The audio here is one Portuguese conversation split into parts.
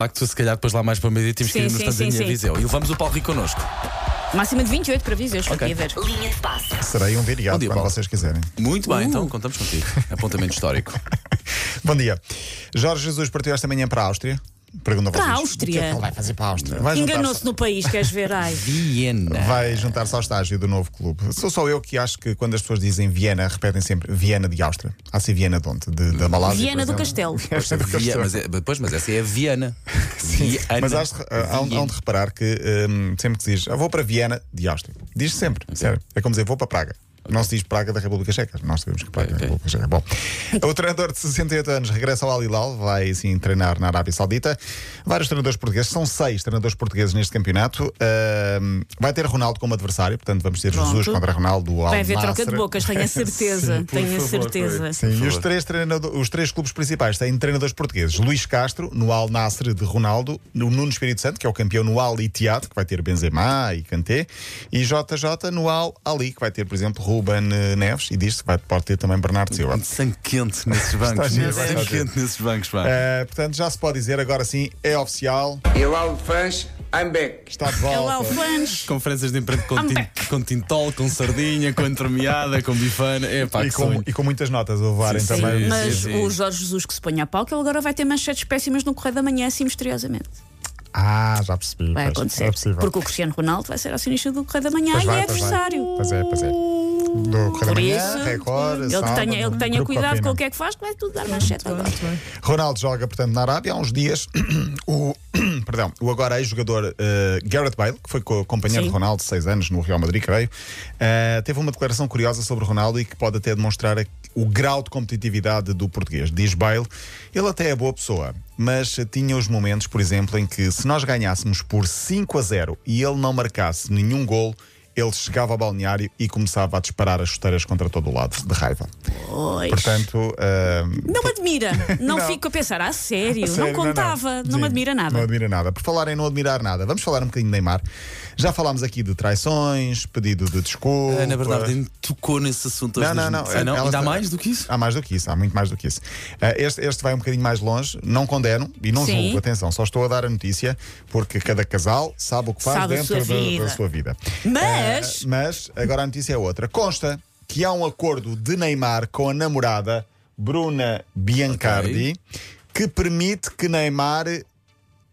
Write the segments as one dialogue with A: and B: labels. A: facto, se calhar depois lá mais para o meio-dia temos que
B: Sim,
A: ir no
B: sim,
A: Tanzania
B: sim, sim.
A: Viseu. E levamos o Paulo Rico connosco.
B: Máxima de 28 para Viseu, estou aqui a ver.
C: Linha de passe.
D: Serei um
A: Bom
D: viriato
A: dia,
D: quando Uh.
A: Paulo.
D: vocês quiserem.
A: Muito bem, então contamos contigo. Apontamento histórico.
D: Bom dia. Jorge Jesus partiu esta manhã para a Áustria. Pergunta a
B: Para a
D: vocês,
B: Áustria?
D: O que é que ele vai fazer para a Áustria? Vai juntar-se-
B: Enganou-se no país, queres ver? Ai.
A: Viena.
D: Vai juntar-se ao estágio do novo clube. Sou só eu que acho que quando as pessoas dizem Viena, repetem sempre Viena de Áustria. Há sim Viena de onde? De- da Malásia.
B: Viena
D: por
B: do Castelo.
D: exemplo. Viena do
A: Via-
D: Castelo.
A: mas é, pois, mas essa é a Viana. Viana.
D: Mas acho, há, um, há, há de reparar que hum, sempre que se diz "Ah, vou para Viena de Áustria, diz -se sempre, sério. É como dizer vou para Praga. Não se diz Praga da República Checa. Nós sabemos que Praga
A: Ok,
D: é da República Checa. Bom, o treinador de 68 anos regressa ao Al Hilal, vai sim treinar na Arábia Saudita. Vários treinadores portugueses, são seis treinadores portugueses neste campeonato. Hum, vai ter Ronaldo como adversário, portanto vamos ter Jesus
B: Pronto.
D: contra Ronaldo. o Al
B: Vai haver troca
D: Nassr.
B: de bocas, tenho a certeza. tenho a certeza.
D: Sim, e os
A: favor.
D: três, treinado- os três clubes principais têm treinadores portugueses. Luís Castro, no Al Nassr de Ronaldo, no Nuno Espírito Santo, que é o campeão no Al Ittihad, que vai ter Benzema e Kanté, e JJ no Al Ali, que vai ter, por exemplo, Ruben eh, Neves, e diz-se que vai pode ter também Bernardo Silva.
A: Sangue quente nesses bancos.
D: giro,
A: Sangue
D: está giro.
A: quente nesses bancos, pá.
D: Eh, portanto, já se pode dizer, agora sim, é oficial,
E: Hilal Fans, I'm back.
D: está de
B: Olá, É o
D: volta.
B: fãs.
A: Conferências de emprego com, tin- com tintol, com sardinha, com entremeada, com bifana. É pá,
D: E
A: que
D: com,
A: sonho.
D: e com muitas notas a levarem
A: Sim,
D: também.
A: sim.
B: Mas
A: sim.
B: o Jorge Jesus que se põe a pau, que ele agora vai ter manchetes péssimas no correio da manhã, assim misteriosamente.
D: Ah, já percebi.
B: Vai
D: pois,
B: acontecer.
D: É possível.
B: Porque o Cristiano Ronaldo vai ser acionista do correio da manhã
D: Pois
B: e
D: vai,
B: é
D: pois vai.
B: adversário.
D: Pois é, pois é. Do Correio da
B: Por
D: Manhã,
B: isso,
D: Record,
B: ele que
D: Sábado,
B: tenha, ele que tenha
D: Grupo
B: cuidado com
D: Opinião.
B: o que é que faz, que vai tudo dar manchete agora.
D: Ronaldo joga, portanto, na Arábia há uns dias. o, perdão, o agora ex-jogador eh, Gareth Bale, que foi co- companheiro
B: Sim.
D: de Ronaldo seis anos no Real Madrid, creio, eh, teve uma declaração curiosa sobre Ronaldo e que pode até demonstrar a- o grau de competitividade do português. Diz Bale, ele até é boa pessoa, mas tinha os momentos, por exemplo, em que se nós ganhássemos por 5 a 0 e ele não marcasse nenhum golo, ele chegava ao balneário e começava a disparar as chuteiras contra todo o lado, de raiva.
B: Pois.
D: Portanto, eh,
B: Não me admira, não,
D: Não.
B: fico a pensar, ah, sério, não
D: Sério,
B: contava, não,
D: Sim,
B: me admira
D: Não
B: nada.
D: admira nada. Por falar em não admirar nada, vamos falar um bocadinho de Neymar. Já falámos aqui de traições, pedido de desculpa.
A: A Ana Bernardino tocou nesse assunto hoje.
D: Não, não,
A: nas
D: não.
A: notícias. Ah, não?
D: Ela
A: Ainda há
D: está-
A: mais do que isso?
D: Há mais do que isso, há muito mais do que isso. Ah, Este, este vai um bocadinho mais longe, não condeno e não
B: Sim.
D: julgo, atenção, só estou a dar a notícia porque cada casal sabe o que faz
B: Sabe a
D: dentro
B: sua
D: da-
B: vida.
D: da sua vida.
B: Mas-
D: Ah, mas agora a notícia é outra. Consta que há um acordo de Neymar com a namorada Bruna Biancardi que permite que Neymar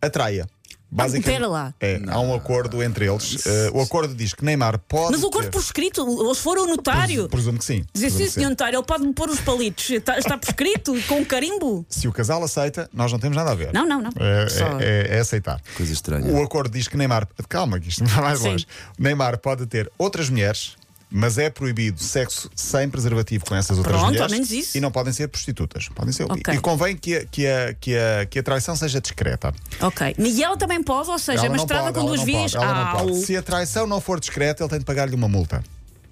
D: atraia. Basicamente,
B: espera Ah, lá.
D: É, há um acordo entre eles. Ah, o acordo diz que Neymar pode.
B: Mas o corpo
D: ter-
B: por escrito, eles foram ao notário.
D: Presumo que sim.
B: Dizer
D: presumo
B: sim,
D: que sim.
B: senhor notário, ele pode-me pôr os palitos. Está, está prescrito, com um carimbo.
D: Se o casal aceita, nós não temos nada a ver.
B: Não, não, não.
D: É,
B: Só-
D: é- é- é aceitar.
A: Coisa estranha.
D: O acordo diz que Neymar. Calma, que isto não vai mais
B: Sim.
D: longe. Neymar pode ter outras mulheres, mas é proibido sexo sem preservativo com essas outras
B: Pronto,
D: mulheres.
B: ao menos isso.
D: E não podem ser prostitutas. Podem ser.
B: Ok.
D: E convém que a, que, a, que, a, que a traição seja discreta.
B: Ok. E ela também pode, ou seja, é
D: Ela
B: uma
D: não
B: estrada
D: pode,
B: com
D: ela
B: duas
D: não
B: vias. Ah,
D: pode, ela não
B: Au.
D: pode. Se a traição não for discreta, ele tem de pagar-lhe uma multa.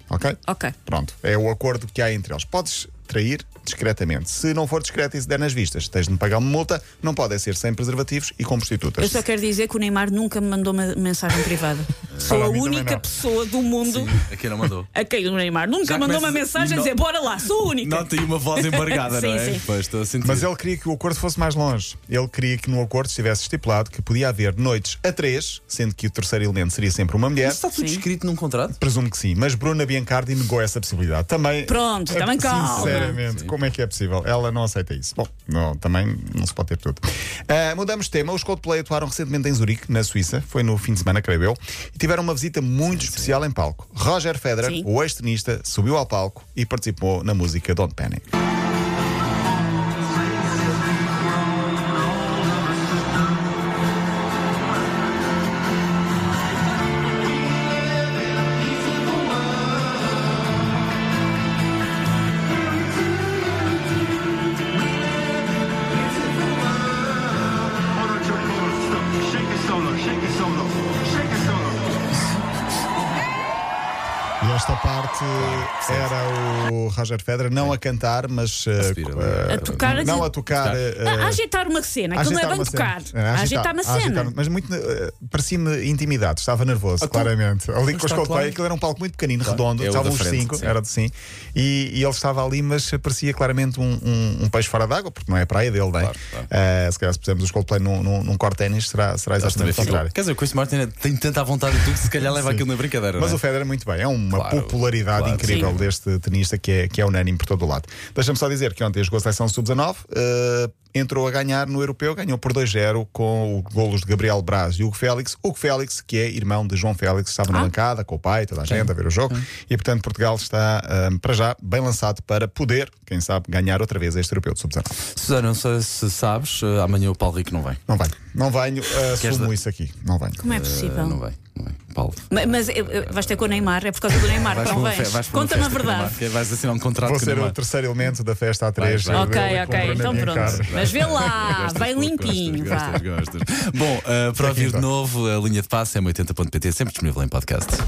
D: Ok?
B: Ok.
D: Pronto, é o acordo que há entre eles. Podes trair discretamente. Se não for discreto e se der nas vistas, tens de me pagar uma multa, não podem ser sem preservativos e com
B: Eu
D: prostitutas.
B: só quero dizer que o Neymar nunca me mandou uma mensagem privada. Sou
D: Para
B: a
D: mim também
B: única
D: não.
B: pessoa do mundo
A: Aqui É não mandou.
B: a quem o Neymar nunca
A: Já
B: mandou
A: começas
B: uma
A: a-
B: mensagem a dizer
A: não-
B: bora lá, sou a única.
A: Nota aí uma voz embargada, não é?
B: Sim, sim.
A: Pois, estou a sentir.
D: Mas ele queria que o acordo fosse mais longe. Ele queria que no acordo estivesse estipulado que podia haver noites a três, sendo que o terceiro elemento seria sempre uma mulher.
A: Isso está tudo
B: Sim.
A: escrito num contrato?
D: Presumo que sim, mas Bruna Biancardi negou essa possibilidade. Também. é
B: Pronto, também calma.
D: Sinceramente, como é que é possível? Ela não aceita isso. Bom, não, também não se pode ter tudo. Ah, mudamos de tema. Os Coldplay atuaram recentemente em Zurique, na Suíça. Foi no fim de semana, creio eu. E tiveram uma visita muito especial em palco. Roger Federer,
B: Sim.
D: o ex-tenista, subiu ao palco e participou na música Don't Panic.
F: Hold on to your corner, stop. Shake it solo, shake it solo, shake it solo.
D: E eles esta parte era o Roger Federer, não a cantar, mas eh,
A: subir ali.
D: eh,
B: A tocar, a
D: não
B: dizer-
D: a tocar. eh,
B: A, a agitar uma cena, aquilo não é
D: agitar
B: bem
D: uma
B: tocar.
D: cena. É,
B: A agitar uma
D: a agitar-
B: cena.
D: mas muito. eh, Parecia-me intimidado, estava nervoso,
A: então-
D: claramente. Ali com
A: Está
D: os Coldplay,
A: claro.
D: aquilo era um palco muito pequenino, redondo,
A: é o
D: estavam
A: da
D: os
A: frente,
D: cinco,
A: sim.
D: era de sim. E, e ele estava ali, mas parecia claramente um, um- um peixe fora d'água, porque não é a praia dele, bem.
A: Claro, claro.
D: Eh, se calhar, se pusermos os Coldplay num, num, num corte-ténis, será, será exatamente o contrário.
A: Quer dizer, o Chris Martin tem tanta vontade de tudo que se calhar leva
D: Sim.
A: aquilo na brincadeira.
D: Mas
A: não é?
D: o Federer muito bem, é uma
A: Claro,
D: popularidade
A: claro.
D: incrível
B: Sim.
D: deste tenista que é, que é unânime por todo o lado. Deixa-me só dizer que ontem jogou a seleção sub-19, eh, entrou a ganhar no europeu, ganhou por 2-0 com o golos de Gabriel Braz e Hugo Félix. Hugo Félix, que é irmão de João Félix, estava
A: Ah.
D: na bancada com o pai, toda a gente a ver o jogo. E portanto, Portugal está, eh, para já, bem lançado para poder, quem sabe, ganhar outra vez este europeu de sub-19.
A: Susana, não sei se sabes, eh, amanhã o Paulo Rico não vem.
D: Não venho, não venho, eh, assumo
A: dar-
D: isso aqui, Eh, não venho.
B: Como é possível?
A: Não vem, não vem. Paulo.
B: Ma- Mas, eh, eh, vais ter com o Neymar, é por causa do Neymar que
A: para
B: não
A: uma
B: vens.
A: fe- vais para uma
B: Conta-me a
A: festa com o
B: verdade.
A: Neymar, que vais assinar um contrato
D: Vou
A: com o
D: ser o
A: Neymar.
D: terceiro elemento da festa A3.
A: Vai, vai.
B: Ok,
D: dele, compra
B: ok,
D: na
B: então
D: minha
B: pronto.
D: cara.
B: Mas vê lá,
A: Gostas,
B: bem
A: gostas,
B: limpinho. vá.
A: Gostas, gostas. Bom, eh, para ouvir de
D: então.
A: novo, a linha de passe é 80.pt, sempre disponível em podcast.